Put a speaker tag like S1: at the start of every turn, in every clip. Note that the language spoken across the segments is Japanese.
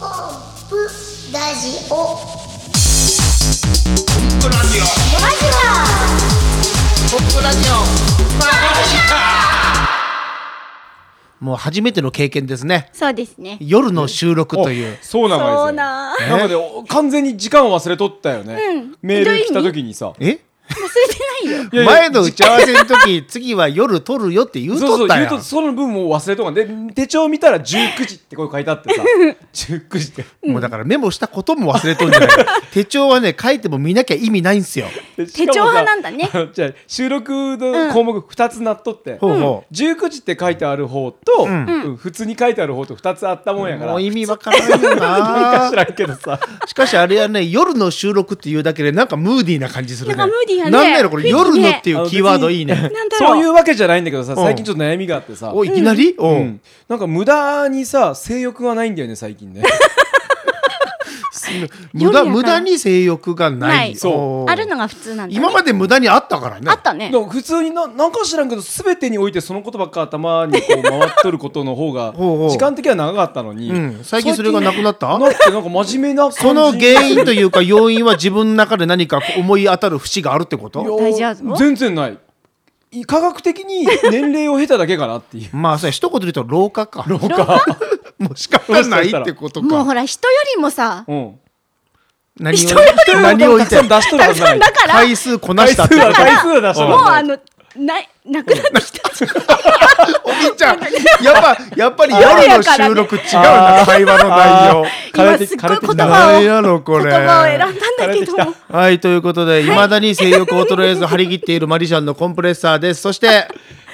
S1: ップラジオ
S2: ポップラジ
S1: ラジ
S2: オポップラジオもう初めての経験ですね
S3: そうですね。
S2: 夜の収録という
S4: おそうな
S3: そう
S4: のですよ
S3: な。忘れて
S4: なんかでお完全に時間忘れとったよね、
S3: うん
S4: メール来た時にさ
S2: え
S3: ないよ。
S4: いやいや
S2: 前の打ち合わせの時次は夜撮るよって言う
S4: そう
S2: と
S4: そう
S2: った
S4: 言う
S2: やん
S4: とその分もう忘れとかんで手帳見たら19時ってこう書いてあってさ19時って
S2: もうだからメモしたことも忘れとんじゃない手帳はね書いても見なきゃ意味ないんすよ
S4: で
S3: 手帳派なんだね
S4: しかもさあのじゃあ収録の項目2つなっとって、
S2: ほうほ
S4: 19時って書いてある方と、
S2: ん
S4: うん普通に書いてある方と2つあったもんやから、
S2: もう
S4: 意
S2: 意味わからないよ
S4: か
S2: な
S4: 知 らんけどさ
S2: しかしあれはね夜の収録っていうだけでなんかムーディーな感じするね
S3: なんかムーディーやね
S2: なんだろこれ
S3: 雰囲気
S2: 夜
S3: ね
S2: のっていうキーワードいいね
S3: なんだろう
S4: そういうわけじゃないんだけどさ
S2: うん
S4: 最近ちょっと悩みがあってさ
S2: おいきなりう
S4: うんん、なんか無駄にさ性欲がないんだよね最近ね
S2: 無駄
S3: 夜やから
S2: 無駄に性欲が な
S3: ないい
S2: そう
S3: あるのが普通なんだ、ね。
S2: 今まで無駄にあったからね
S3: あったね。
S4: なんか普通にななんか知らんけど全てにおいてそのことばっか頭にこう回っとることの方が
S2: ほうほう
S4: 時間的には長かったのに、
S2: うん、最近それがなくなった
S4: なってなんか真面目な感じ
S2: その原因というか要因は自分の中で何か思い当たる節があるってこ
S4: いや
S2: と
S3: 大事やぞ
S4: 全然ないい科学的に年齢を経ただけか なっていう
S2: まあそれ一言で言うと老化か
S4: 老化、
S2: もう仕方ないってこと
S3: もう
S2: か
S3: ほら人よりもさ、
S4: うん、
S2: 何を
S3: 人よ
S4: りも
S2: 何を言って
S4: たくさん出しとるはずな
S3: だ
S4: い
S3: から
S2: 回数こな
S4: 回
S2: し
S4: 数
S2: た
S4: は
S2: ってこと
S4: 回数は出しとる
S3: もう
S4: は
S3: あ
S4: ずな
S3: の
S4: い
S3: ないなくなってき た。
S2: おみちゃんやっぱやっぱり夜の収録違うな会話の内容
S3: 今すっごい言
S4: あー
S3: 葉を
S2: 何やろこ
S3: 言
S2: れ
S3: 葉を選んだんだけども。
S2: はいということでいまだに性欲を衰えず張り切っているマリシャンのコンプレッサーですそして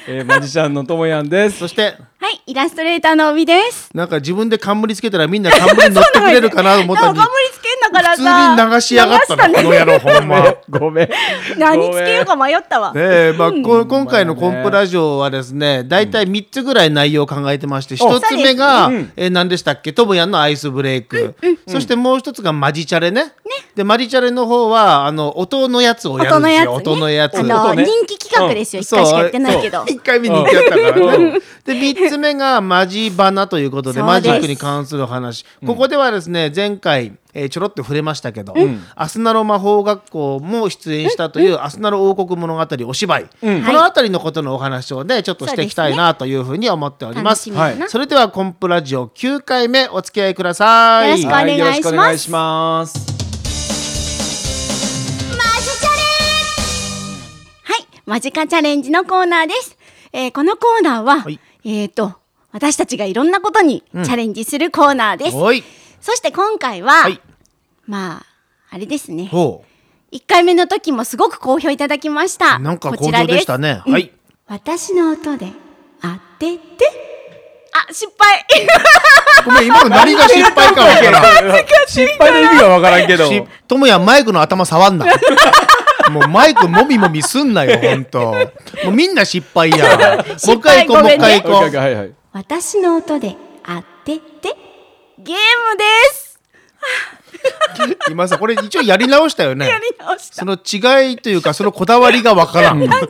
S4: えーマジシャンのともやんです
S2: そして
S3: はい、イラストレーターの帯です。
S2: なんか自分で冠つけたらみんな冠に乗ってくれるかなと思ったのに
S3: なんか冠つけんだから
S2: 普
S3: さ。
S2: 通に流しやがったな、
S3: 流
S2: こ
S3: し
S2: の野郎ほんま。 ね
S4: ごめん
S3: 何つけようか迷ったわ。
S2: えまあ、こ今回のコンプラジオはですね大体3つぐらい内容を考えてまして1つ目が、
S4: そうですうん
S2: えー何でしたっけトモヤンのアイスブレイク、そしてもう1つがマジチャレねでマジチャレの方はあの音のやつをやる
S3: 音
S2: ん
S3: の
S2: です
S3: やつ、
S2: よ
S3: ね。
S2: 音のやつ
S3: あ
S4: 音
S3: の、
S4: ね
S3: 人気企画ですよ。一回しかやってないけど。
S2: 1回目に行ってやったから
S4: う
S2: ね。で3つ目がマジバナということで
S3: そう
S2: マ
S3: です
S2: ジックに関する話ここではですね前回えーちょろっと触れましたけど、アスナロ魔法学校も出演したという「アスナロ王国物語」お芝居、
S4: うん
S2: この辺りのことのお話をねちょっとしていきたいなというふうに思っておりま
S3: 楽
S2: す。
S3: しみだな。
S4: は
S2: それではコンプラジオ9回目お付き合いください。
S3: よろしくお願いします
S4: はよろくお願いします
S1: マジチャレ
S3: はい、マジカチャレンジのコーナーです。えーこのコーナーは、
S2: はい
S3: えっ、と、私たちがいろんなことにチャレンジするコーナーです。
S2: はい。
S3: そして今回は、
S2: はい
S3: まあ、あれですね。
S2: ほ
S3: 1回目の時もすごく好評いただきました。
S2: う。なんか
S3: こ
S2: 好
S3: ちら
S2: 評
S3: です
S2: でしたね。
S3: うん
S2: はい。
S3: 私の音で当てて。あ、失敗。
S2: ごめん今の何が失敗かわからん。
S4: 失敗の意味がわからんけど
S2: しともやマイクの頭触 んなもうマイクもみもみすんなよほんともうみんな失敗やもう一回行こう、も
S3: ご
S2: う
S3: め
S2: 一
S3: んね
S2: 回行こう、
S4: はいはい
S3: 私の音で当てて。ゲームです。
S2: 今さこれ一応やり直したよね
S3: やり直した。
S2: その違いというかそのこだわりがわからんさ
S3: か
S2: っ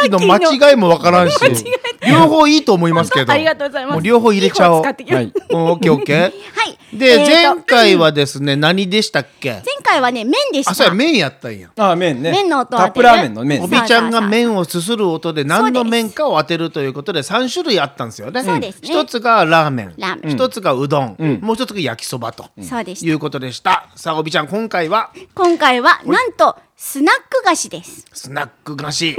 S2: きの
S3: さっきの
S2: 間違いもわからんし
S3: 間違
S2: 両方いいと思いますけど
S3: ありがとうございます。
S2: もう両方入れちゃお
S3: いうい方使ってきて
S4: はい
S2: うんオッケーオッケ
S3: はい。
S2: ーで、
S3: えーと
S2: 前回
S3: うん
S2: はですね何でしたっけ
S3: 前回はね麺でした。
S2: あそうや麺やったんや
S4: あ麺ね
S3: 麺の音を
S4: カ
S3: 当てる
S4: ップラーメンの麺
S2: お
S3: そう
S2: びちゃんが麺をすする音で何の麺かを当てるということで3種類あったんですよね。
S3: そうですね
S2: 一つがラーメン、
S3: ラーメン
S2: 一つがうどん、
S4: ん
S2: もう一つが焼きそばと
S3: そうでし
S2: い
S3: た。
S2: うことでした。さあおびちゃん今回は
S3: 今回はなんとスナック菓子です。
S2: スナック菓 子。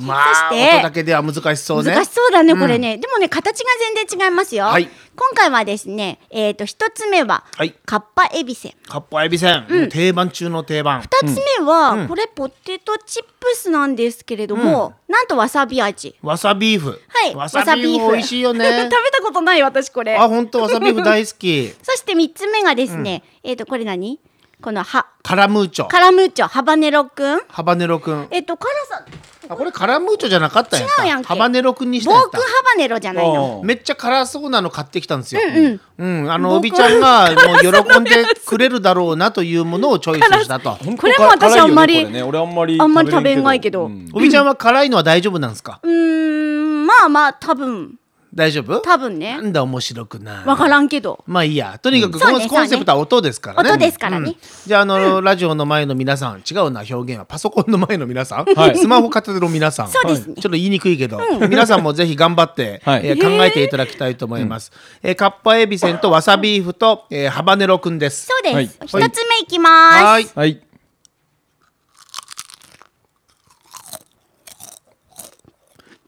S2: まあ
S3: そして
S2: 音だけでは難しそうね。
S3: 難しそうだね、これね。でもね、形が全然違いますよ。
S2: はい
S3: 今回はですね、えっ、と、一つ目は、
S2: はい
S3: カッパエビセン。
S2: かっぱえびせん、もう定番中の定番。
S3: 二つ目は、これポテトチップスなんですけれども、なんとわさび味。
S2: わさビーフ。
S3: はい、
S2: わさビーフ美味しいよね
S3: 食べ。たことない私これ。
S2: あ本当わさビーフ大好 き。
S3: そして三つ目がですね、えっ、と、これ何この、は、
S2: カラムーチョ。
S3: カラムーチョ、ハバネロくん。
S2: ハバネロくん。
S3: えっ、と、辛さ、
S2: あこれカラムーチョじゃなかったんやった
S3: 違うやんけ
S2: ハバネロくんにした
S3: ボ
S2: んやっ
S3: ー
S2: た
S3: クンハバネロじゃないの。
S4: うん
S2: めっちゃ辛そうなの買ってきたんですよ。
S3: うん
S2: うん、あの
S3: 僕
S2: おびちゃんがもう喜んでくれるだろうなというものをチョイスしたと。
S4: ほんと
S3: これも
S4: か
S3: 私
S4: 辛い
S3: あ
S4: よね
S3: んまり
S4: これね俺あんまり
S3: あんまり食べんないけど
S4: うん
S2: おびちゃんは辛いのは大丈夫なんですか。
S3: うーんまあまあ多分
S2: 大丈夫
S3: 多分ね
S2: なんだ面白くない
S3: わからんけど
S2: まあいいやとにかく
S3: ん
S2: こ
S3: そ
S2: の
S3: うね
S2: コンセプトは音ですからね
S3: 音ですからね
S2: うんじゃああのラジオの前の皆さん違うな表現はパソコンの前の皆さん
S4: はい
S2: スマホ片手の皆さん
S3: そうですね
S2: ちょっと言いにくいけど皆さんもぜひ頑張って
S4: はい
S2: えー考えていただきたいと思いますえーカッパエビセンとわさビーフとえーハバネロくんです
S3: そう
S4: は
S3: で
S4: い
S3: す一、つ目いきます
S2: はーい
S4: はい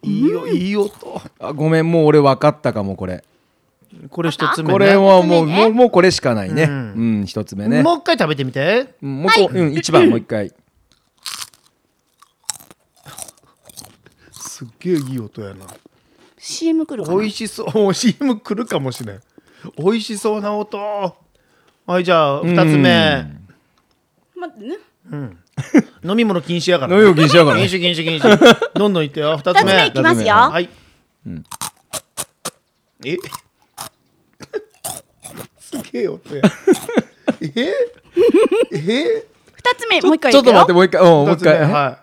S2: いいよいい音
S4: あごめんもう俺分かったかもこれ
S2: これ一つ目ね
S4: これはも
S3: 一つ目
S4: う
S3: ね
S4: もうもうこれしかないねうん一つ目ね
S2: もう一回食べてみて
S4: うんもう一個うん一番もう一回
S2: すっげえいい音やな
S3: CM 来るかな
S2: 美味しそう CM 来るかもしれん美味しそうな音はいじゃあ二つ目
S3: 待ってね
S2: 飲み物禁止やから、
S4: 飲み物禁止やからね
S2: 禁止禁止禁 止どんどんいってよ二つ
S3: 二つ目
S2: 目
S3: いきますよ
S2: はい、えすげえ音 やええ
S3: 二つ目もう一回
S4: ちょっと待って
S3: も
S4: もう一回うんも
S2: 二
S4: う一
S2: つ目
S4: 回
S2: は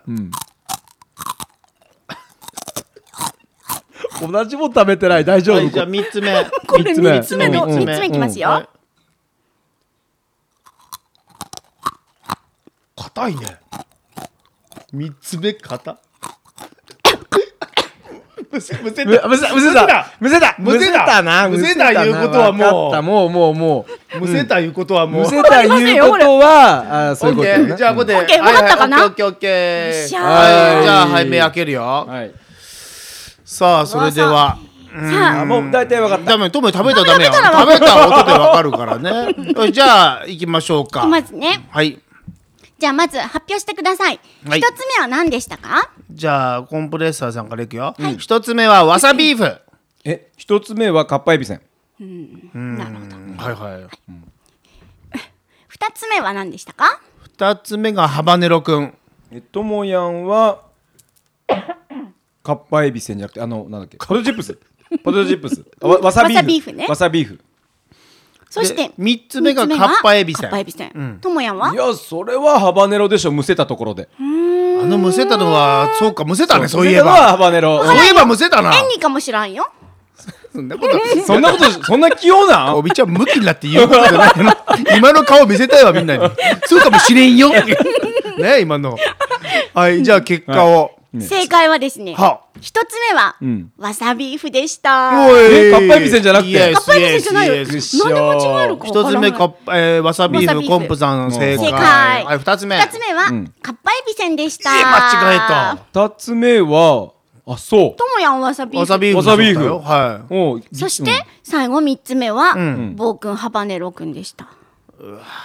S4: 同じもん食べてない大
S2: い、
S4: 丈
S2: はい、じゃあ
S4: 夫
S2: 三つ目
S3: これ
S4: 三つ目
S3: 三つ目の
S4: うん
S3: 三つ目いきますよ、
S2: はい硬いね三つ目硬むせむせ
S4: むむせむせたむせた
S2: むせた
S4: な
S2: むせた
S4: な
S2: いうことはもう
S4: わかったもうもうもう
S2: むせたいうことはもう
S4: むせたいうことはあーそういう
S2: オ
S4: こ
S2: ッ
S4: と
S2: ケー、
S4: だね
S2: じゃあここで。
S3: オッケーわかったかな
S2: はいはいオッケー、オッケー、オッケー。
S3: よっしゃー
S2: はい、じゃあ、
S4: は
S2: 背
S4: い
S2: 面開けるよ。
S4: はい
S2: さあ、それでは。
S3: さ
S4: あ
S3: あ
S4: もう大体分かった
S2: ダメ、トメ食べたらダメよ。食べた音でわかるからね。よ しじゃあ、行きましょうか。
S3: まずね
S2: はい。
S3: じゃあまず発表してください一、
S2: はい
S3: つ目は何でしたか
S2: じゃあ、コンプレッサーさんからいくよ。一、つ目は、わさビーフ。は
S4: え一つ目はかっぱえびせん
S3: なるほど
S2: いはい。
S3: 二つ目は何でしたか
S2: 二つ目が、ハバネロくん。
S4: えともやんはかっぱえびせんじゃなくてあのなんだっけポテトチップスポテトチッ プスあわわさビーフ
S3: わさビーフね
S4: わさビーフ
S3: そして
S2: で三つ目がカッパエビせん
S3: カッパエビせんともやんはい
S4: やそれはハバネロでしょむせたところで
S2: あの、むせたのは、そうか、むせたね、そういえ
S4: むせたのは
S2: ば。
S4: ハバネロ
S2: そういえば、むせたな。
S3: 演技かもしらんよ
S2: そんなこと。
S4: そんなことそんな器 用な
S2: おびちゃん無理だって言うことじゃないの今の顔見せたいわみんなにそうかもしれんよ ね今のはいじゃあ結果を、
S3: 正解はですね
S2: は
S3: 一つ目は
S4: ん
S3: わさビーフでした
S2: おい
S4: えカッパエビせんじゃなくて
S2: イエス
S3: カッパエビせんじゃないよ
S2: イエ
S3: なん
S2: ス
S3: で
S2: イエス
S3: 間違えるか分
S2: 一
S3: か
S2: つ
S3: らな
S2: 目
S3: い
S2: カッパ、えー、わさビ
S3: わさ
S2: ーフ
S3: ビーフ
S2: コンプさん正解
S3: 正解
S2: はい二つ目
S3: 二つ目は、カッパエビせんでした
S2: え間違えた
S4: 二つ目はあそ
S3: ともやんわさビー
S2: わさ
S3: フ
S2: ビーフ
S4: わさビーフ
S2: そうだよは
S4: うおう
S3: そし
S4: うん
S3: て最後三つ目は、暴君ハバネロ君でした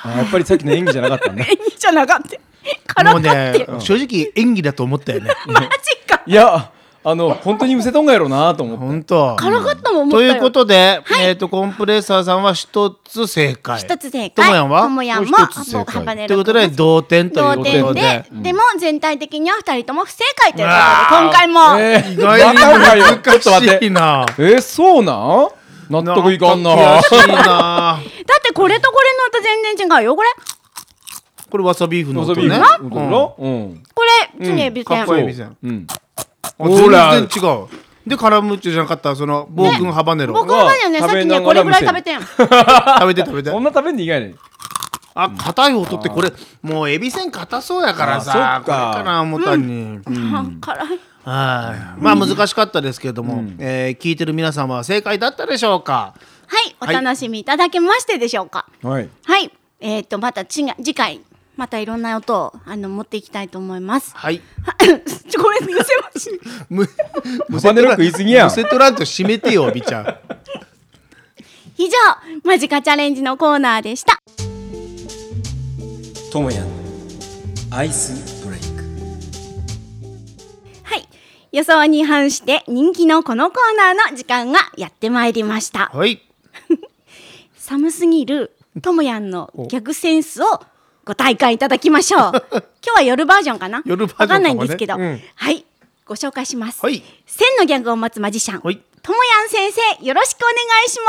S4: あやっぱりさっきの演技じゃなかったね
S3: 演技じゃなか った
S2: い
S3: から
S2: も
S3: か
S2: う
S3: っ
S2: ね
S3: て
S2: 正直演技だと思ったよ ね
S3: マジか
S4: いやあの本当にむせとんがやろうなと思って
S2: 本当
S3: からかったも思っ
S2: と
S3: たよ
S2: いうことで、えっ、とコンプレッサーさんは一つ正解
S3: 一つ正解
S2: ともやんは
S3: ともやんも
S4: もう一つ正解
S3: ハバネ
S2: という
S3: ロ
S2: こと
S3: 君
S2: で同点という
S3: 同
S2: ことで
S3: 点で、でも全体的には二人とも不正解ということで今回も、
S4: え
S2: 意
S4: ー
S2: 外に
S4: バカかよちょっと待っ
S2: 難しい
S4: て
S2: な
S4: えーそうなん納得いかんな
S2: 悔しいな
S3: だってこれとこれの音全然違うよこれ
S2: これわさビーフの
S4: わさ
S2: 音
S4: ビ
S2: ね
S4: ーフ
S2: うん
S4: うん
S3: これ常備
S2: かっ
S3: 線、
S2: こいいみたいな全然違うでカラムーチョじゃなかったその暴君ハバネロ
S3: 僕はねさっ
S4: 食べ
S3: き
S4: な
S3: ね
S4: が
S3: こ
S4: ら
S3: れぐらい食べてん
S2: 食べて食べて
S4: こんな食べんでいいがやね
S2: あ硬い音ってこれもうエビせん硬そうやから
S4: あそ
S2: さ
S4: っ
S2: これ
S4: か
S2: かな思ったのに
S3: あ 辛い
S2: はいまあ難しかったですけれどもえー聞いてる皆さんは正解だったでしょうか
S3: はい、お楽しみいただけましてでしょうか。
S4: はい
S3: はい、えっ、と、またちが、次回、またいろんな音を、あの、持っていきたいと思います。
S2: はい
S3: はちょ、ごめん、むせます。
S2: むむ
S4: ハバネロ食いすぎやん
S2: むせとらんと締めてよおびちゃん
S3: 以上、マジカチャレンジのコーナーでした。
S5: ともやんアイスブレイク
S3: はい、予想に反して、人気のこのコーナーの時間がやってまいりました。
S2: はい
S3: 寒すぎる、ともやんのギャグセンスを。ご体感いただき ましょう。今日は夜バージョンかな。
S2: 夜バージョンかもね
S3: わかんないんですけど、
S2: うん
S3: はい、ご紹介します。
S2: はい
S3: 千のギャグを待つマジシャン、と
S2: は
S3: も
S2: い
S3: やん先生、よろしくお願いし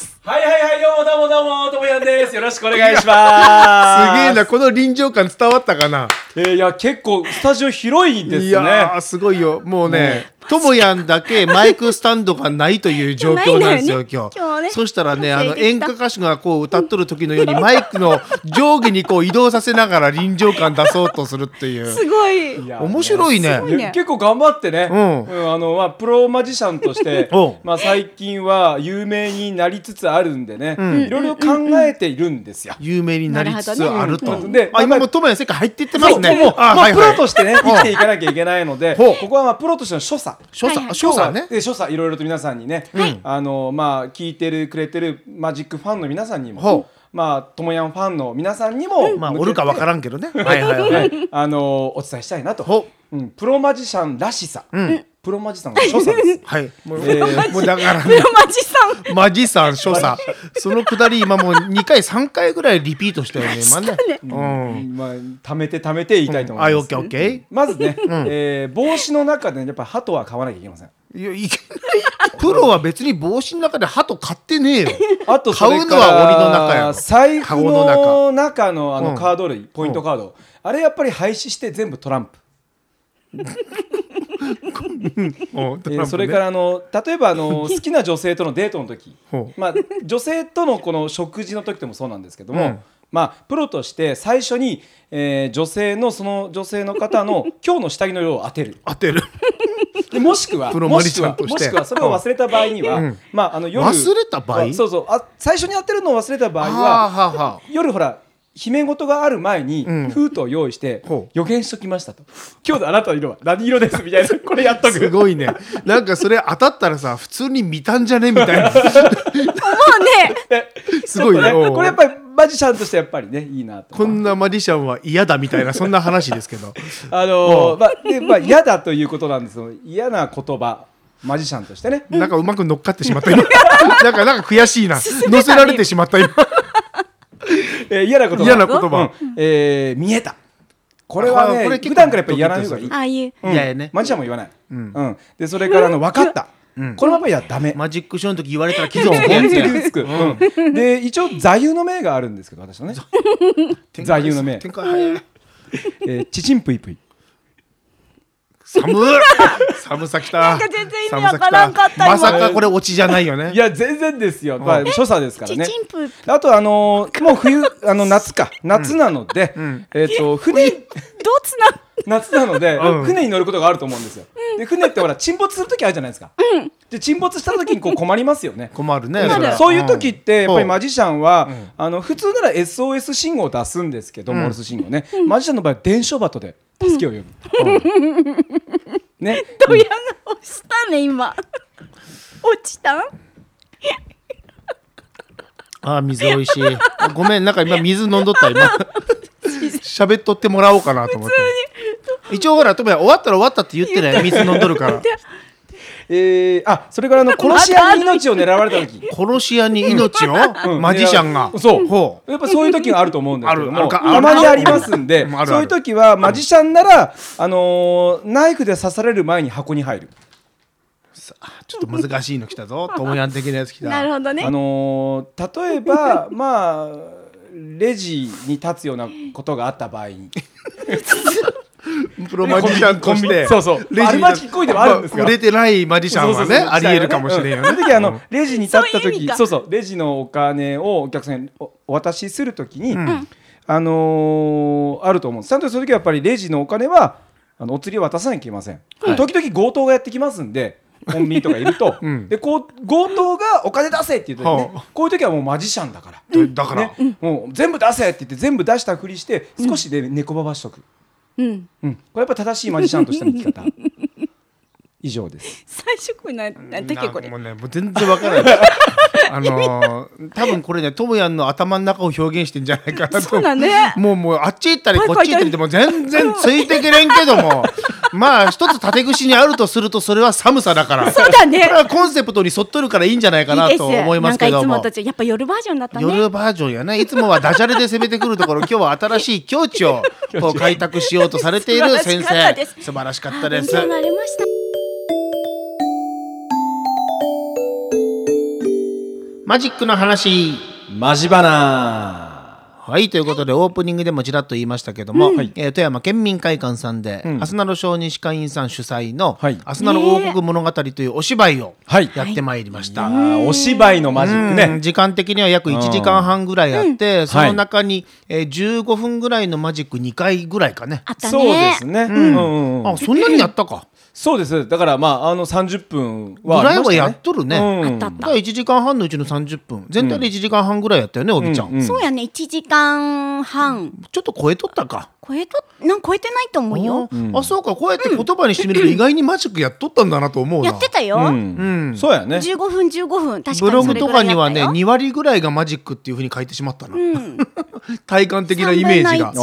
S3: ます。
S4: はいはいはいどうもどうもどうもともやんですよろしくお願いし
S2: すげえ
S4: ます
S2: なこの臨場感伝わったかな
S4: えーいや結構スタジオ広いですね
S2: いやーすごいよもうねともやんだけマイクスタンドがないという状況なんですよ、
S3: ないんだ
S2: 今
S3: よね
S2: 日。
S3: 今日ね
S2: そしたらね、あの、
S3: 教えて
S2: 演
S3: きた
S2: 歌歌手がこう歌っとる時のように、マイクの上下にこう移動させながら臨場感出そうとするっていう。
S3: すごい。
S4: いや
S2: 面白いね
S4: いや
S3: ね
S4: 結構頑張ってね、
S2: うん
S4: うんあのまあ、プロマジシャンとして
S2: お う、
S4: まあ、最近は有名になりつつあるんでね、
S2: ん
S4: いろいろ考えているんですよ。
S2: 有名になりつつある
S4: な
S2: と。
S4: るほどねうん
S2: あ、今もうともやん世界入っていってますね。
S4: そうもう
S2: あ、は
S4: まあ、
S2: い
S4: プ
S2: は
S4: ロ
S2: い。
S4: としてね生きていかなきゃいけないので
S2: ほう
S4: ここはまあプロとしての所作
S2: 所
S3: はいは
S2: 作、
S3: い
S2: 所作ね
S4: 今日は。で所作いろいろと皆さんにね、あのまあ聞いてるくれてるマジックファンの皆さんに
S2: ほ
S4: もまあともやんファンの皆さんにも、
S2: まあ、おるかわからんけどね。はいはいはい。
S4: ね あのお伝えしたいなと
S2: ほ、
S4: うん、プロマジシャンらしさ、
S2: ん
S4: プロマジシャンの所作です。
S2: はい。もう、
S4: えー
S2: もうだから、
S3: プロマジさん。
S2: マジさん、所作。そのくだり、今もう2回、3回ぐらいリピートしたよ ね、今ね。 うん。
S4: まあ、貯めて貯めて言いたいと思
S2: はいい、
S4: ま
S2: オ
S4: す
S2: ッケー、オッケ
S4: まずね、えー帽子の中で、やっぱ鳩は買わなきゃいけません。
S2: ー。いや、いけない。プロは別に帽子の中で鳩買ってねえ よ。
S4: あとそ
S2: 買
S4: れから
S2: うのは檻
S4: 財
S2: の中よ
S4: 布の中のあ
S2: うん
S4: のカード類、ポイントカード、あれやっぱり廃止して全部トランプ。
S2: うん。
S4: えーそれかららあの例えば あの好きな女性とのデートの時
S2: ほ、
S4: まあ、女性とのこの食事の時でもそうなんですけども、
S2: うん
S4: まあ、プロとして最初に、えー女性のその女性の方 の今日の下着の量を当てる
S2: 当てる。
S4: でもしくは
S2: プロ
S4: も
S2: マジ
S4: し
S2: シ
S4: く
S2: ャン
S4: は
S2: として
S4: もしくはそれを忘れた場合には、
S2: うん
S4: まあ、あの夜
S2: 忘れた場合
S4: あそうそうあ最初に当てるのを忘れた場合
S2: はあ
S4: は
S2: はあはあ。
S4: 夜ほら姫事がある前に
S2: ん
S4: 封筒を用意して
S2: ほう
S4: 予言しときましたと今日のあなたの色は何色ですみたいなこれやっと
S2: す
S4: く
S2: ごいね。なんかそれ当たったらさ、普通に見たんじゃねみ たいな。
S3: もうね、
S2: すごいね。
S4: ちょっと
S2: おう
S4: これやっぱりマジシャンとしてやっぱりねいいなと
S2: こんなマジシャンは嫌だみたいな、そんな話ですけど。
S4: あのーまあでまあ嫌だということなんですけど嫌な言葉マジシャンとし てね
S2: なんかうまく乗っかってしまった今。 なんか、なんか悔しいな。乗せられてしまった今。
S4: えー嫌な言葉
S2: 嫌な言葉
S4: うんえー見えたこれは
S2: あ
S4: ね
S2: これ結構
S4: 普段からやっぱりやらない方がいい
S2: ドキ
S3: ああいう。
S4: うん
S2: いやいやね
S4: マジシャンも言わないうんでそれからあの分かったこのままやダメ
S2: マジックショーの時言われたら傷
S4: そ
S2: つ
S4: う
S2: く
S4: 本
S2: ね
S4: 当に傷つく、うんで一応座右の銘があるんですけど 私のね、座右の銘
S2: 展開早い。
S4: えー、チチンプイプイ
S2: 寒い 寒さきた。
S3: なんか全然意味わからんかった
S2: 寒さきま
S3: 今
S2: さかこれオチじゃないよ
S4: い
S2: ね。
S4: や全然ですよ、まあ、所作ですから
S3: チ
S4: ね
S3: チンプ。
S4: あとあのーもう冬あの夏か夏なので、えっ、と船に
S3: どうつな
S4: 夏なので、
S2: うん
S4: 船に乗ることがあると思うんですよ、で船ってほら沈没する時あるじゃないですか、で沈没した時にこう困りますよね
S2: 困るね。
S4: だか
S2: それ
S4: ら
S2: は
S4: そういう時ってやっぱりマ
S2: ジ
S4: ジシャンは、あの普通なら SOS 信号を出すんですけど、モールス信号ね、マジシャンの場合は伝書鳩で助けを呼ぶ、ね
S3: ドヤ顔したね、 今。落ちたん
S2: あー水美味しい。 ごめんなんか今水飲んどった 今。喋っとってもらおうかなと思って。一応ほらともや終わったら終わったって言ってね水飲んどるから。
S4: えーあそれ からあの殺し屋に命を狙われた時
S2: 殺し屋に命を、
S4: うん
S2: マジシャンが。
S4: そう
S2: ほう。
S4: やっぱそういう時があると思うんですけど
S2: あるあ
S4: も
S2: るか
S4: たまにありますん
S2: う
S4: で
S2: んあるある
S4: そういう時はマジシャンなら、あのーナイフで刺される前に箱に入る、
S2: ちょっと難しいの来たぞ。ともやん的なやつ来た。
S3: なるほど
S4: あ
S3: ね。
S4: のー例えばまあレジに立つようなことがあった場合に
S2: プロマジシャンとし
S4: コンビ
S2: て
S4: ニそうそう
S2: レジに
S4: あるまじき行為ではあるんですが
S2: まあ売れてないマジシャンはね
S4: そうそうそう
S2: ありえるかもしれんよね、
S4: うんその時あのレジに立った
S3: そういう意味
S4: 時
S3: か
S4: そうそうレジのお金をお客さんにおお渡しする時にあのーあると思うんですちゃんとその時はやっぱりレジのお金はあのお釣りを渡さなきゃいけません時々強盗がやってきますんでコンビニとかいる と
S2: ん
S4: でこう強盗がお金出せって言うと
S2: は
S4: ねこういう時はもうマジシャンだから
S2: うんだから、
S4: ねもう全部出せって言って全部出したふりして少しで猫ばばしとく
S3: うん。
S4: うんこれやっぱ正しいマジシャンとしての生き方以上です
S3: 最初これな、なんだっけ、これ
S2: も。うねもう全然わからない あのー、多分これねともやんの頭の中を表現してんじゃないかなと
S3: そうだね
S2: もうもうあっち行ったり
S3: はい
S2: こっち行ったりでも全然ついてけれんけど もまあ一つ縦串にあるとするとそれは寒さだから
S3: そうだね
S2: これはコンセプトに沿っとるからいいんじゃないかない
S3: いです。
S2: と思いま
S3: な
S2: す
S3: んか
S2: け
S3: い
S2: ど
S3: つ
S2: も
S3: もと違うやっぱ夜バージョンだったね。
S2: 夜バージョンやねいつもはダジャレで攻めてくるところ今日は新しい境地をこう開拓しようとされている先
S3: 素晴らしかった
S2: 生
S3: です
S2: 素晴らしかった
S3: あ
S2: で
S3: 勉
S2: す
S3: 強になりました。
S2: マジックの話
S5: マジバナー
S2: はいということでオープニングでもちらっと言いましたけども、えー富山県民会館さんで、
S4: ん
S2: アスナロ小児歯科医院さん主催の
S4: はい
S2: アスナロ王国物語」というお芝居を
S4: はい
S2: やってまいりました。
S4: あーお芝居のマジック
S2: うん
S4: ね。
S2: 時間的には約1時間半ぐらいあって、そ
S4: は
S2: の
S4: い
S2: 中に、えー15分ぐらいのマジック2回ぐらいかね。
S3: あったね
S4: そうですね。うんうんうん
S2: あそんなにやったか。
S4: そうです。だからまああの三十分
S2: ぐ
S4: はあ
S2: ら
S4: り
S2: い
S4: ました
S2: は
S4: ね
S2: やっとるね。
S4: うん
S3: あったあっ
S2: だから1時間半のうちの30分全体で1時間半ぐらいやったよね、おびちゃん、
S4: うん
S3: そうやね1時間半
S2: ちょっと超えとったか
S3: 超えとなんか超えてないと思うよ
S2: あーあそうかこうやって言葉にしてみると意外にマジックやっとったんだなと思うな
S3: やってたよ、
S4: うん
S2: うん
S4: そうやね。
S3: 15分15分確かに
S2: ブログとかにはね
S3: それぐらいやったよ
S2: 2割ぐらいがマジックっていうふうに書いてしまったな、 体感的なイメージが
S3: 3分の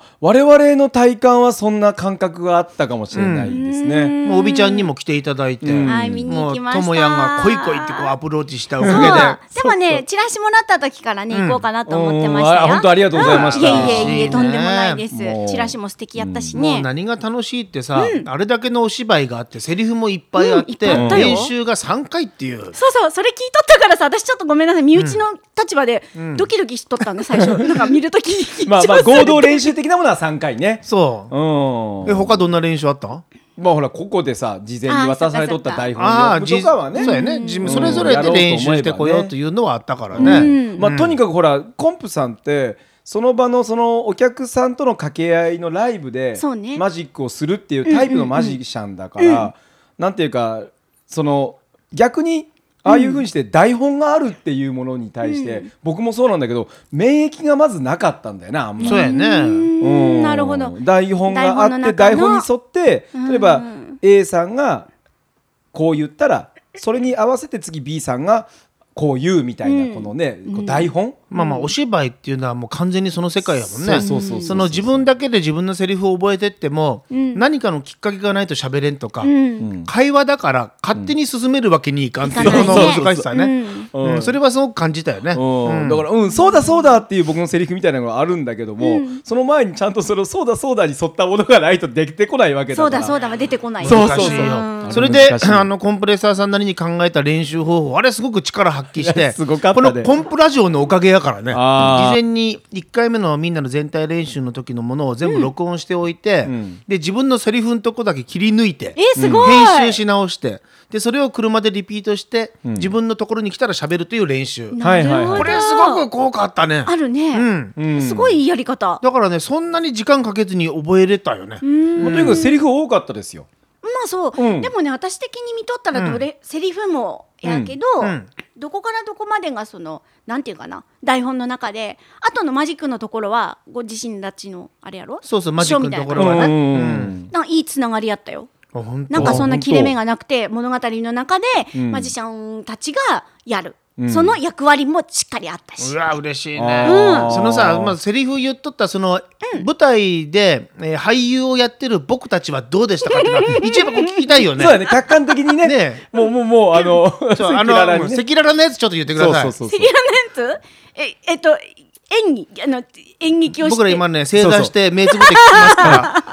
S3: 1
S4: ああ、我々の体感はそんな感覚があったかもしれないですね。
S2: まあおびちゃんにも来ていただいて、
S4: うん
S3: はい見に行
S2: もう
S3: き
S2: と
S3: ました
S2: もやが「恋恋」ってこうアプローチしたお
S3: そう
S2: か
S3: でもねチラシもらった時からね行こうかなと思ってまし
S4: うん
S3: た
S4: あ
S3: よ
S4: 本当ありがとうございました
S3: んいえいえいえとんでもないです
S4: もう
S3: チラシも素敵やったし
S2: げで、もう
S3: ね
S2: 何が楽しいってさ、あれだけのお芝居があってセリフもいっぱいあっ、
S3: うんいってぱいあったよ
S2: 練習が3回っていう。
S3: そうそうそれ聞いとったからさ私ちょっとごめんなさい身内の立場でドキドキしとったんで最 初なんか見るとき緊張
S4: まあ
S3: す
S4: まあ
S3: る
S4: 合同練習的なものは三回ね。
S2: そう
S4: うん。
S2: え他どんな練習あった？
S4: まあほらここでさ事前に渡されとった台本
S2: ああ
S4: 読
S2: じ
S4: むとかはね。
S2: そうやね。自分
S4: うん
S2: それぞれで練習してこようというのはあったからね。
S4: まあ、とにかくほらコンプさんってその場のそのお客さんとの掛け合いのライブで
S3: そうね
S4: マジックをするっていうタイプのマジシャンだから、なんていうかその逆にああいうふうにして台本があるっていうものに対して、僕もそうなんだけど免疫がまずなかったんだよなあんまり
S2: そうやね。
S4: うん
S3: なるほど
S4: 台本があって台
S3: 台
S4: 本
S3: 本の
S4: に沿って
S3: うん
S4: 例えば A さんがこう言ったらそれに合わせて次 B さんがこう言うみたいなこのね、こう台本、
S2: まあまあお芝居っていうのはもう完全にその世界やもんね。
S4: そうそうそうそう
S2: その自分だけで自分のセリフを覚えてっても何かのきっかけがないと喋れんとか。
S3: うん
S2: 会話だから勝手に進めるわけにいかんっていう
S3: いかな
S2: そ
S3: いね
S2: の難しさね、
S4: うん
S2: うんそれはすごく感じたよね、
S4: うんだから「うんそうだそうだ」っていう僕のセリフみたいなのがあるんだけども、その前にちゃんとそれを「そうだそうだ」に沿ったものがないとできてこないわけだか
S3: そう
S4: ら
S3: だそううだは出てこない
S2: そう
S4: 難
S2: そう
S4: しい
S2: そう
S4: よ
S2: うん
S4: あれ
S2: それで
S4: 難しい
S2: あのコンプレッサーさんなりに考えた練習方法あれすごく力発揮し
S4: い
S2: て
S4: やすごかった
S2: こ
S4: ね
S2: のコンプラジオのおかげやからね
S4: あー
S2: 事前に1回目のみんなの全体練習の時のものを全部録音しておいて、
S4: ん
S2: で自分のセリフのとこだけ切り抜いて、
S3: えすごい
S2: 編集し直してでそれを車でリピートして、自分のところに来たら喋るという練習、
S4: はいはいはい
S3: なるほど
S2: これすごく効果あったね
S3: あるね
S4: うん
S3: すごいいいやり方ま
S2: だからねそんなに時間かけずに覚えれたよね、
S4: まあとにかくセリフ多かったですよ。
S3: あそう
S4: うん
S3: でもね私的に見とったらどれセリフもやけど
S2: んうん
S3: どこからどこまでがそのなんていうかな台本の中で後のマジックのところはご自身たちのあれやろ
S2: そうそうマジックのところ
S3: う
S2: はね
S4: うん
S3: なんかいいつながりやったよ
S2: あ本当
S3: なんかそん
S4: あ
S3: な
S4: 本当
S3: 切れ目がなくて物語の中でマジシャンたちがやる、その役割もしっかりあったし
S2: うわ嬉しいね
S4: あー
S2: そのさ、まあ、セリフ言っとったその、舞台で、えー俳優をやってる僕たちはどうでしたかっていうのは一応こう聞きたいよね。
S4: そうだね客観的にね
S2: ね
S4: もうもうもうあの赤
S2: そうあの
S4: 裸々にね
S2: 赤裸々のやつちょっと言ってください。
S4: そうそうそ
S3: セ
S4: う
S3: リアのやつええっと演技あの演劇をして
S2: 僕ら今ね正
S4: そうそ
S2: 座
S4: う
S2: して目つぶって聞きますから。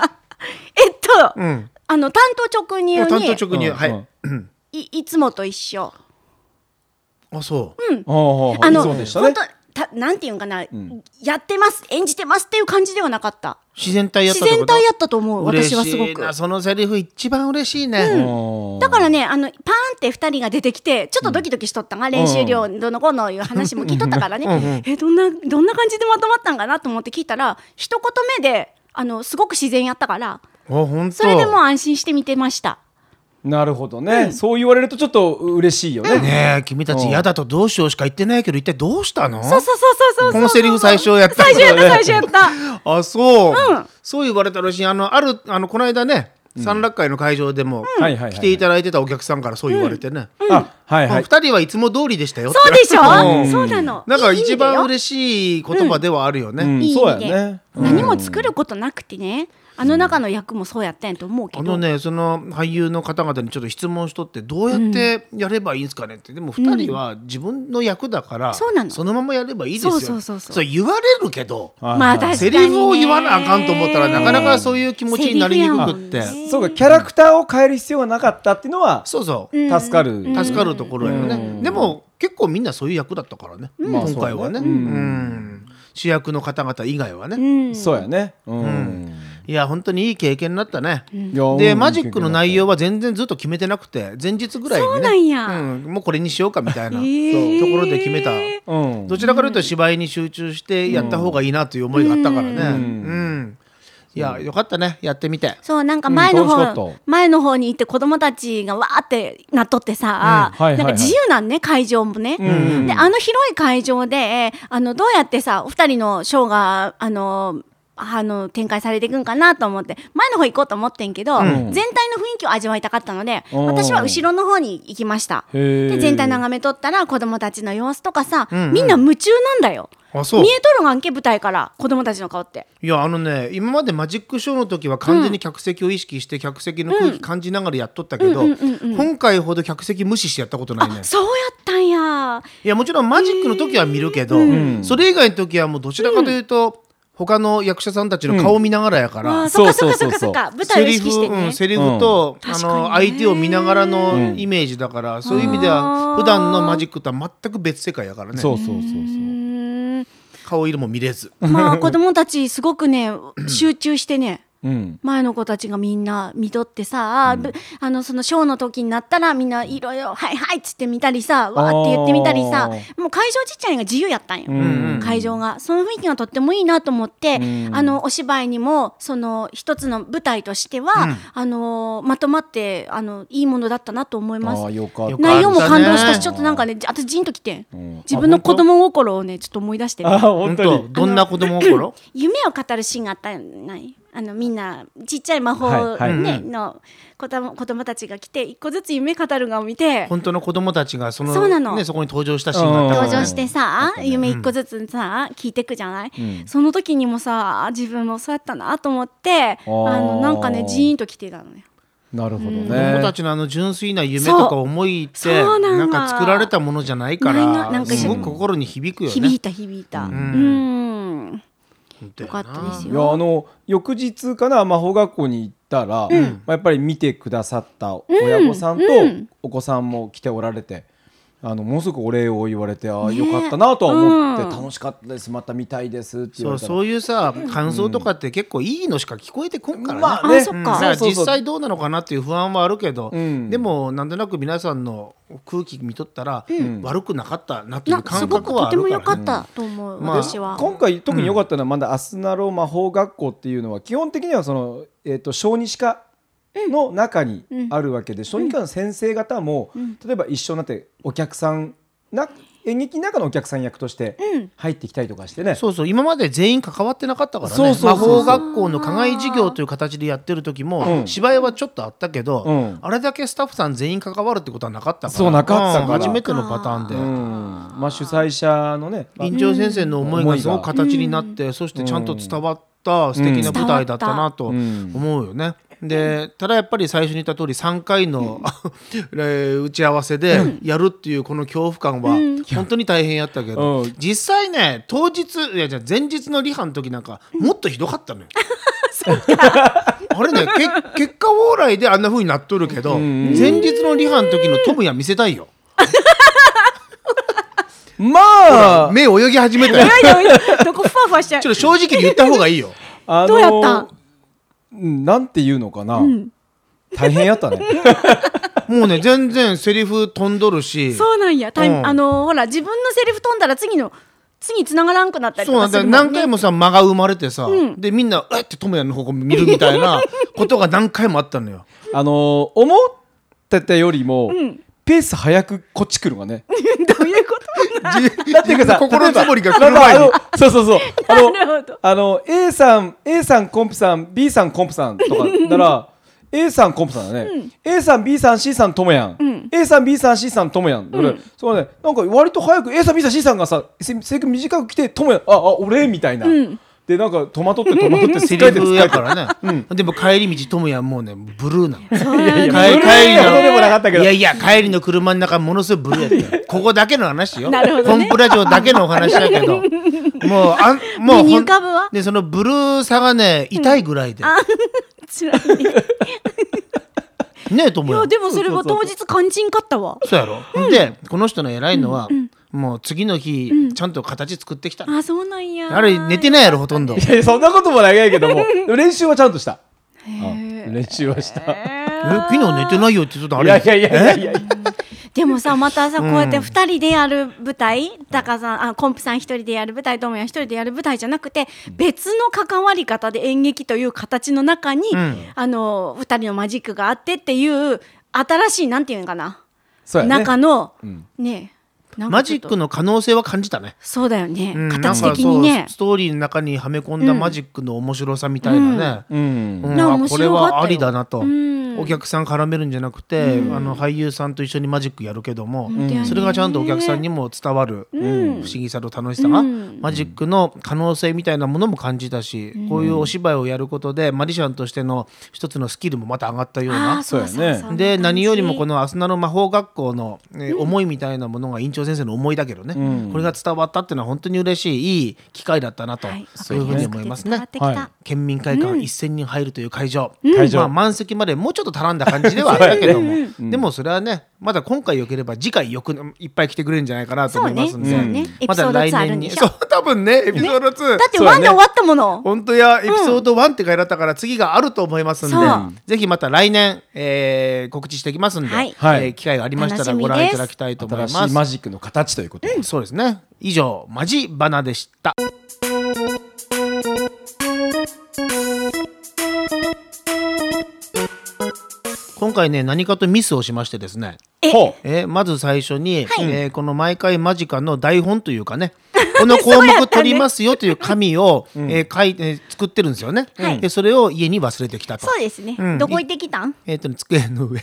S3: えっと、
S2: ん
S3: あの担当直入
S2: 担
S3: に
S2: 当直入、
S4: うん
S2: はい、
S4: うん
S3: いいつもと一緒
S2: あそう、
S4: ああ
S3: あの
S4: そうでした
S3: 本
S4: ね
S3: 当たなんていうんかな、やってます演じてますっていう感じではなかった
S2: 自然体やった
S3: 自
S2: ってこと
S3: 然体やったと思う私はすご
S2: 嬉しい
S3: く
S2: なそのセリフ一番嬉しいね。
S4: うん
S3: だからねあのパーンって2人が出てきてちょっとドキドキしとったんが、練習量どの子のいう話も聞いとったからねえどんなどんな感じでまとまったんかなと思って聞いたら一言目であのすごく自然やったから
S2: あ本当
S3: それでもう安心して見てました。
S4: なるほどね、そう言われるとちょっと嬉しいよね、
S2: ねえ君たち嫌だとどうしようしか言ってないけど一体どうしたの
S3: そうそうそうそうそうそう
S2: このセリフ最初やった
S3: 最初やった最初やった
S2: あそう、
S3: うん
S2: そう言われたらしいあのあるあのこの間ね三楽会の会場でも
S4: はいはいはい
S2: 来ていただいてたお客さんからそう言われてね「
S4: あはい
S2: ま
S4: は
S2: あ
S4: い
S2: 二人はいつも通りでしたよ」って
S3: そうでしょ
S4: ん
S3: そうなの
S2: なんか一番
S3: しい
S2: 嬉しい言葉ではあるよね、
S4: うん
S3: いい意
S4: そうや
S3: 味で
S4: ね
S3: 何も作ることなくてねあの中の役もそうやったんやと思うけど
S2: あのねその俳優の方々にちょっと質問しとってどうやってやればいいんですかねって、でも二人は自分の役だから、
S3: そうなの
S2: そのままやればいいですよ
S3: そうそうそうそう
S2: れ言われるけど
S3: まあ確かにね
S2: セリフを言わなあかんと思ったらなかなかそういう気持ちになりにくくって
S3: セリフやもんね
S4: そうかキャラクターを変える必要がなかったっていうのは
S2: そうそう
S4: 助かる、
S2: 助かるところやよね、
S4: うん
S2: でも結構みんなそういう役だったからね、
S4: まあ
S2: 今回はね,、
S4: そううんね
S2: し主役の方々以外はね、
S3: うん
S4: そうやねうん、
S2: いや本当にいい経験になったね、
S4: いや
S2: で
S4: うん
S2: マジックの内容は全然ずっと決めてなくて前日ぐらいにね
S3: そうなんや
S2: うんもうこれにしようかみたいな、
S3: えー
S2: そうところで決めた
S4: うん
S2: どちらかというと芝居に集中してやった方がいいなという思いがあったからねうん、
S4: ん
S2: いやよかったねやってみて
S3: そうなんか前の
S4: うん楽し
S3: 方、
S4: かった
S3: 前の方に行って子供たちがわーってなっとってさ、
S4: うんはいはいはい
S3: なんか自由なんね会場もね、
S4: ん
S3: であの広い会場であのどうやってさお二人のショーがあのあの展開されていくんかなと思って前の方行こうと思ってんけど、全体の雰囲気を味わいたかったので
S4: おー
S3: 私は後ろの方に行きました
S4: へー
S3: で全体眺めとったら子供たちの様子とかさ、
S2: うん
S3: みんな夢中なんだよ
S2: あそう
S3: 見えとるがんけ舞台から子供たちの顔って。
S2: いやあのね今までマジックショーの時は完全に客席を意識して客席の空気感じながらやっとったけど、
S3: うんうんうんうん
S2: 今回ほど客席無視してやったことないね
S3: あそうやったんや
S2: いやもちろんマジックの時は見るけど、
S4: ん
S2: それ以外の時はもうどちらかというと、他の役者さんたちの顔を見ながらやから、
S3: あーそっかそっか
S4: そ
S3: そうっ
S4: そう
S3: かそうっか
S4: そそう
S3: 舞台を意識
S2: セリ
S3: して
S2: フ、う
S3: ね
S2: ん、セリフと、
S3: うん
S2: あ
S3: 確か
S2: の
S3: にね
S2: 相手を見ながらのイメージだから、そういう意味で
S3: あ
S2: は
S3: ー
S2: 普段のマジックとは全く別世界やからね
S4: そうそうそうそう
S3: う
S2: 顔色も見れず
S3: ーんまあ子供たちすごくね集中してね
S4: うん
S3: 前の子たちがみんな見とってさ、ぶあのそのショーの時になったらみんないろいろ「はいはい」っつって見たりさわーって言ってみたりさ
S4: あ
S3: もう会場自体が自由やったんよ、
S4: ん
S3: 会場がその雰囲気がとってもいいなと思って、
S4: ん
S3: あのお芝居にもその一つの舞台としては、あのまとまってあのいいものだったなと思います
S4: ああよかった
S2: よかった
S3: 内容も感動した
S2: ね
S3: し、ちょっとなんかね、私ジーンときてん
S4: ん
S3: 自分の子供心をね、ちょっと思い出してね、
S4: あ
S2: 本
S4: 本当
S2: 当
S4: に
S2: どんな子供 心
S3: 夢を語るシーンがあったんない。あのみんなちっちゃい魔法、
S4: はいはい
S3: ねの子供子供たちが来て一個ずつ夢語るがを見て
S2: 本当の子供たちがその
S3: そうなの
S2: ね、そこに登場したシーンがあったから、
S3: 登
S2: ね、
S3: 場してさ、夢一個ずつさ、聞いてくじゃない、その時にもさ自分もそうやったなと思ってあ
S4: ー
S3: のなんかねジーンと来てたのね
S4: なるほどね
S2: 子供たちのあの純粋な夢とか思いっ
S3: そう
S2: て
S3: そうな
S2: なんん
S3: だ
S2: か作られたものじゃないか
S3: ないなな
S2: ら
S3: んか
S2: すごく心に響くよね。
S3: 響いた響いたうん
S2: よ
S3: よかったです
S4: い
S3: よ
S4: やあの翌日かな魔法学校に行ったら、まあ、やっぱり見てくださった親御さんとお子さんも来ておられて。あのものすごくお礼を言われて、ああ
S3: ね
S4: よかったなとは思って、
S3: うん
S4: 楽しかったですまた見たいですって言
S2: そ
S4: わ
S2: う
S4: れたら
S2: そういうさ感想とかって結構いいのしか聞こえてこんからね。
S4: まあ
S3: あ
S4: ね
S3: そっ
S2: だ
S3: か
S2: から
S4: そうそうそう
S2: 実際どうなのかなっていう不安はあるけど、
S4: うん
S2: でもなんとなく皆さんの空気見とったら、悪くなかったなってい
S3: な
S2: う
S3: す
S2: 感
S3: ごく
S2: 覚は
S3: と
S2: あ
S3: ても良
S2: る
S3: か
S2: から、
S3: っ
S2: ね、
S3: たと思う、
S2: まあ
S3: 私は。
S4: 今回特に良かったのはまだアスナロ魔法学校っていうのは基本的にはその、えー、と小児歯科の中にあるわけで、小児科の先生方も、例えば一緒になってお客さんな演劇の中のお客さん役として入ってきたりとかしてね、
S2: そうそう今まで全員関わってなかったからね
S4: そうそうそうそう
S2: 魔法学校の課外授業という形でやってる時も、
S4: うん
S2: 芝居はちょっとあったけど、
S4: うん
S2: あれだけスタッフさん全員関わるってことはなかったから
S4: そうなかったから
S2: うん初めてのパターンで。
S4: うんまあ、主催者のね、まあ
S2: 院長先生の思い
S4: 思
S2: が
S4: いが
S2: すごく形になって、そしてちゃんと伝わった素敵な舞台だったなと思うよね。でただやっぱり最初に言った通り3回の、 えー打ち合わせでやるっていうこの恐怖感は本当に大変やったけど、
S4: うん
S2: 実際ね当日いやじゃあ前日のリハの時なんかもっとひどかった のよ。あれねけ結果往来であんな風になっとるけど前日のリハの時のトムヤ見せたいよ。
S4: まあ、
S2: 目泳ぎ始めたよ。
S3: いやいやどこふわふわしちゃう
S2: ちょっと正直に言った方がいいよ。
S4: あの
S3: どうやった
S4: うんなんていうのかな、大変やった ね。
S2: もうね全然セリフ飛んどるし
S3: そうなんや、タイ
S2: うん
S3: あのーほら自分のセリフ飛んだら次の次繋がらんくなったりと
S2: そうな
S3: か
S2: んだ
S3: する
S2: よ
S3: も
S2: 何
S3: ん
S2: 回もさ間が生まれてさ、でみんな「えっ?」て智也の方向見るみたいなことが何回もあったのよ。
S4: あの思ってたよりも、ペース早くこっち来るわね。
S3: どういうこと
S4: だっていうか さ、
S2: 心
S4: 例えば
S2: づもりが来る前に
S4: なんかあのそうそうそう。あ
S3: なるほ
S4: の
S3: ど、
S4: あの A さん、A さんコンプさん、B さんコンプさんとかなら、A さんコンプさんだね。A さん、B さん、C さんともやん。A さん、B さん、C さんともやん。だからそうね、なんか割と早く A さん、B さん、C さんがさ、せ制服短く来てともやん。あ、あ、俺みたいな。でなんか戸惑って戸惑 って
S2: セ
S4: す
S2: リ
S4: っかいて
S2: フやか
S4: から。
S2: らね、でも帰り道智也もうねブルーなの
S3: そうなん
S2: 帰帰
S3: や
S2: り
S4: ブルーでもなかったけど
S2: のいやいや帰りの車の中ものすごいブルーやったよここだけの話よ
S3: なるほどね
S2: コンプラ城だけのお話だけどもうあんもう
S3: 目に
S2: ほん
S3: 浮かぶわ
S2: でそのブルーさがね痛いぐらいで、
S3: 辛 いね
S2: ねえ智
S3: い
S2: 也
S3: やでもそれは当日肝心かったわ。
S2: そうやろ、でこの人の偉いのは、もう次の日、ちゃんと形作ってきた
S3: あそうなんや
S2: あれ寝てないやろほとんど
S4: いやいやそんなこともない けどもでも練習はちゃんとしたうん練習はした
S2: え昨日寝てないよってちょっとあ
S4: い
S2: れ
S4: やいやいやいやいや
S3: でもさまたさこうやって2人でやる舞台、タカさんあコンプさん1人でやる舞台ともや1人でやる舞台じゃなくて別の関わり方で演劇という形の中に、あの2人のマジックがあってっていう新しいなんていうのかな、
S4: そうやね
S3: 中の、ねなん
S2: マ
S3: かち
S2: ジ
S3: ょっ
S2: ッ
S3: と
S2: クの可能性は感じたね、
S3: そうだよね、
S2: うん
S3: 形的に
S2: なん
S3: ね
S2: かそうストーリーの中にはめ込んだマジックの面白さみたいなね、
S4: うん
S2: うん
S3: な
S2: あ
S3: 面
S2: これ
S3: 白かったよ
S2: はありだなと、
S3: ん
S2: お客さん絡めるんじゃなくて、あの俳優さんと一緒にマジックやるけども、
S3: 当やね
S2: それがちゃんとお客さんにも伝わる、不思議さと楽しさが、マジックの可能性みたいなものも感じたし、こういうお芝居をやることでマジシャンとしての一つのスキルもまた上がったよう
S3: あ
S2: な
S3: ー。そう
S4: そうやね
S3: そうそう
S2: で何よりもこ
S3: の
S2: の「アスナの魔法学校の」えー思いみたいなものが院長先生の思いだけどね、これが伝わったっていうのは本当に嬉しいいい機会だったなと、
S3: はい
S2: そういうふうに思いますね。
S3: わかりやくて伝わってきた
S4: はい
S2: 県民会館1000人入るという会場、
S4: 会場
S2: まあ、満席までもうちょっと足らんだ感じではあったけども、でもそれはねまだ今回よければ次回よくいっぱい来てくれるんじゃないかなと思いますんで、
S3: そうねそうね
S2: まだ来年に
S3: エピソ
S2: そ
S3: ー
S2: う多分ねエピソード2、
S3: だってワンで終わったもの、
S2: 本当やエピソード1って書いてあったから次があると思いますんで、
S3: そう
S2: ぜひまた来年、えー告知していきますんで、
S3: はい
S4: はい
S2: えー機会がありましたら
S3: 楽し
S2: ご
S3: みです
S2: 覧いただきたいと思い
S4: 新
S2: ます
S4: しいマジックの形ということ
S2: そうですね以上マジバナでした今回ね何かとミスをしましてですね
S3: え
S4: ほう
S2: えーまず最初に、えーこの「毎回間近」の台本というかねこの項目取りますよという紙を、えー書いて作ってるんですよね、でそれを家に忘れてきたと。
S3: そうですね、
S2: ん
S3: どこ行ってきたん
S2: えー、とね机の上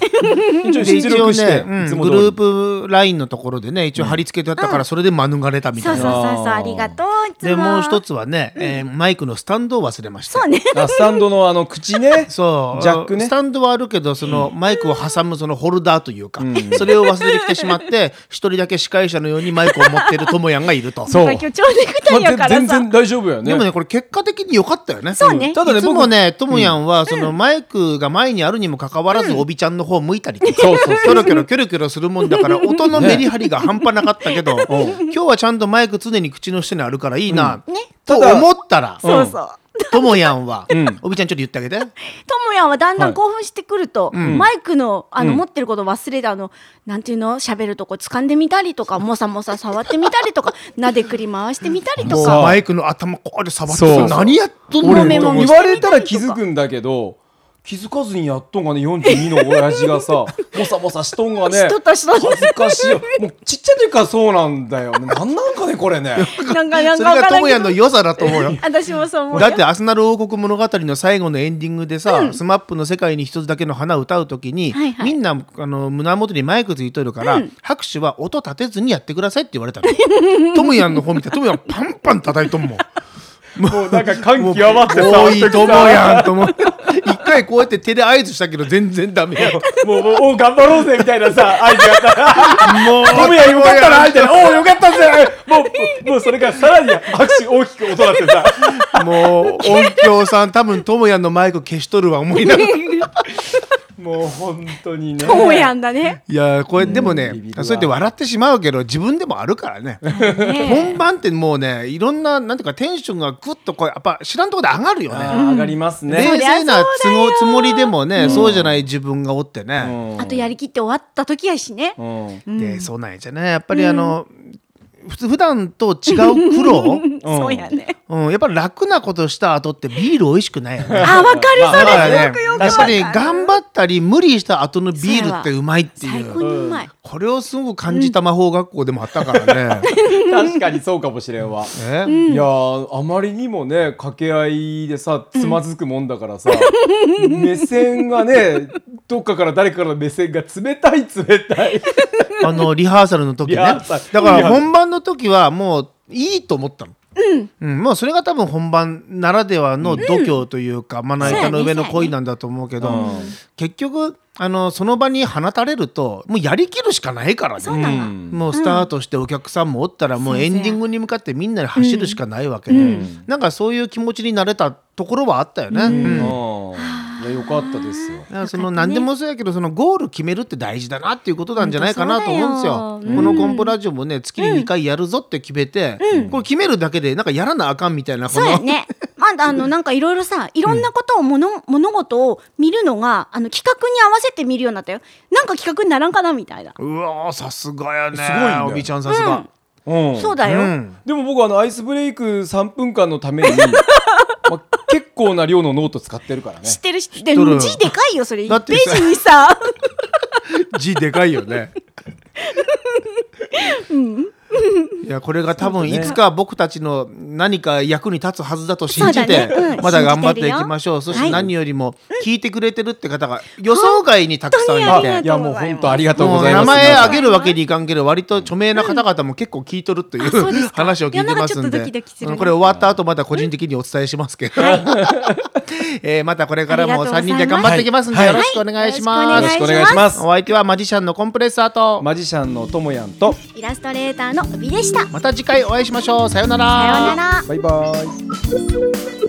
S4: 一応出力して
S2: うん
S4: いつも
S2: グ
S4: 通り
S2: ループラインのところでね一応貼り付けてあったから、それで免れたみたい
S3: そ
S2: うな
S3: そうそうそうありがとういつも
S2: でもう一つはね、えーマイクのスタンドを忘れました
S3: そうね
S4: あスタンドのあの口ね
S2: そう
S4: ジャックね
S2: スタンドはあるけどそのマイクを挟むそのホルダーというか、それを忘れてきてしまって 一人だけ司会者のようにマイクを持ってる智也がいると
S4: そ
S3: 今
S4: う
S3: 日ちょうど行くたんや
S4: ま
S3: か
S4: あぜ全
S3: らさ
S4: 然大丈夫やね
S2: でもねこれ結果的に良かったよね
S3: そうね
S2: んただね
S4: いつも
S2: 僕もねともやんはそのマイクが前にあるにもかかわらずおびちゃんの方向いたりとか
S4: そうそう
S2: キョロキョロキョロキョロするもんだから音のメリハリが半端なかったけど、今日はちゃんとマイク常に口の下にあるからいいな、
S3: ね
S2: と思ったら
S3: そうそう
S2: ともやんは、
S4: ん
S2: おびちゃんちょっと言ってあげて
S3: ともやんはだんだ
S4: は
S3: ん
S4: い
S3: 興奮してくると、マイクのあの、持ってること忘れてあのなんていうの喋るとこ掴んでみたりとかもさもさ触ってみたりとかなでくり回してみたりと
S2: もう
S3: か
S2: マイクの頭こうやって触って
S4: そう
S2: さ何やっとんの
S4: 俺
S3: メモ
S4: も
S3: も
S4: 言われたら気づくんだけど気づかずにやっとんがね42の親父がさもさもさしとんがね
S3: しとったしとった
S4: 恥ずかしいよもうちっちゃい時からそうなんだよねなんなんかねこれね
S3: な んかなん
S2: そ
S3: か
S2: れ
S3: わ
S2: が
S3: から
S2: とも
S3: ん
S2: や
S3: け
S2: ん
S3: ど
S2: の良さだと思うよ
S3: 私もそう思うよ
S2: だって「アスナル王国物語」の最後のエンディングでさ、スマップの世界に一つだけの花を歌う時に、
S3: はいはい
S2: みんなあの胸元にマイクついとるから、拍手は音立てずにやってくださいって言われたのトムヤンの方見てトムヤンパンパン叩いとんもん
S4: もうなんか感極まってさ
S2: 多いともやんと思う一回こうやって手で合図したけど全然ダメやも
S4: もうもうおう頑張ろうぜみたいなさ合図やったら
S2: う
S4: トムヤよかったなみたいなおうよかったぜ もうもうそれからさらに拍手大きく音だってさ
S2: もう音響さん多分ともやんのマイク消しとるわ思いなが ら
S4: もう本当にね
S3: ともやんだね
S2: いやーこれでもね
S4: ビビるわ
S2: そうやって笑ってしまうけど自分でもあるからね本番ってもうねいろんななんていうかテンションがグッとこうやっぱ知らんところで上がるよね。
S4: あー上がりますね
S2: 冷静なつ
S3: そりゃそうだ
S2: も
S3: よ
S2: つもりでもね、そうじゃない自分がおってね、
S3: あとやりきって終わった時やしね、
S4: うん
S2: でそうなんやじゃねやっぱりあの、ふつ普段と違う苦労、
S3: そうやね
S2: うん、やっぱり楽なことした後ってビール美味しくないよね。
S3: あわかる
S2: だか
S3: そ
S2: ら
S3: れ、よく
S2: ね
S3: よく
S2: や
S3: わ
S2: っ
S3: か
S2: ぱ
S3: る
S2: り頑張ったり無理した後のビールってうまいってい
S3: 最高
S2: う
S3: にうまい、
S2: これをすごく感じた魔法学校でもあった からね。
S4: 確かにそうかもしれんわ。
S2: え
S4: いやーあまりにもね掛け合いでさつまずくもんだからさ、目線がねどっかから誰かの目線が冷たい冷たい
S2: あのリハーサルの時ね
S4: リハーサル
S2: だから本番の時はもういいと思ったの。うん、もうそれが多分本番ならではの度胸というか、まな板の上の恋なんだと思うけど、結局あのその場に放たれるともうやりきるしかないからね
S3: そうなの、
S2: もうスタートしてお客さんもおったらもうエンディングに向かってみんなで走るしかないわけで、なんかそういう気持ちになれたところはあったよね。うん
S4: うん、いやよよかったですよ。
S2: だからその何でもそうやけどそのゴール決めるって大事だなっていうことなんじゃないかなと思うんですよ。
S3: 本当そうだよ
S2: このコンポラジオもね月に2回やるぞって決めて、これ決めるだけでなんかやらなあかんみたいなこ
S3: そうや
S2: の、
S3: ね。まあ、あの、なんかいろいろさ、いろんなことを、もの、物事を見るのが、あの、企画に合わせて見るようになったよ。なんか企画にならんかなみたいな。
S2: うわーさすがやね
S4: すごいんだよ
S2: おびちゃんさすが。
S4: うん
S3: そうだよ。
S2: うん
S4: でも僕あのアイスブレイク3分間のために、まあ、結構な量のノート使ってるからね
S3: 知ってる、知って
S2: 知っとる
S3: る。字でかいよ、それ。
S2: だっ
S3: 1
S2: て
S3: ペ
S2: さ
S3: ージにさ、
S2: 字でかいよね。いやこれが多分いつか僕たちの何か役に立つはずだと信じ
S3: そうだ
S2: て
S3: ねうん
S2: まだ頑張っていきましょうそして何よりも聞いてくれてるって方が予想外にたくさんい
S3: 本当にありがとうござい
S2: て
S3: ます
S4: いやもう本当ありがとうござい
S2: も
S4: ま
S2: う名
S4: す
S2: 前あげるわけにいかんけど割と著名な方々も結構聞いとるという
S3: あそうですか
S2: 話を聞いてますん
S3: いやなんかちょっとドキ
S2: で
S3: ドキするね
S2: うんこれ終わった後また個人的にお伝えしますけど えーまたこれからも3人で頑張っていきますんで
S4: はい
S2: よろしくお願いしま
S3: は
S4: よ
S3: い
S4: ろ
S2: す
S4: しくお願いします
S2: お相手はマジシャンのコンプレッサーと
S4: マジシャンのともやんと
S3: イラストレーターの帯でした。さよ
S2: また次回お会いしましょうさようなら
S3: うなら。
S4: バイバイ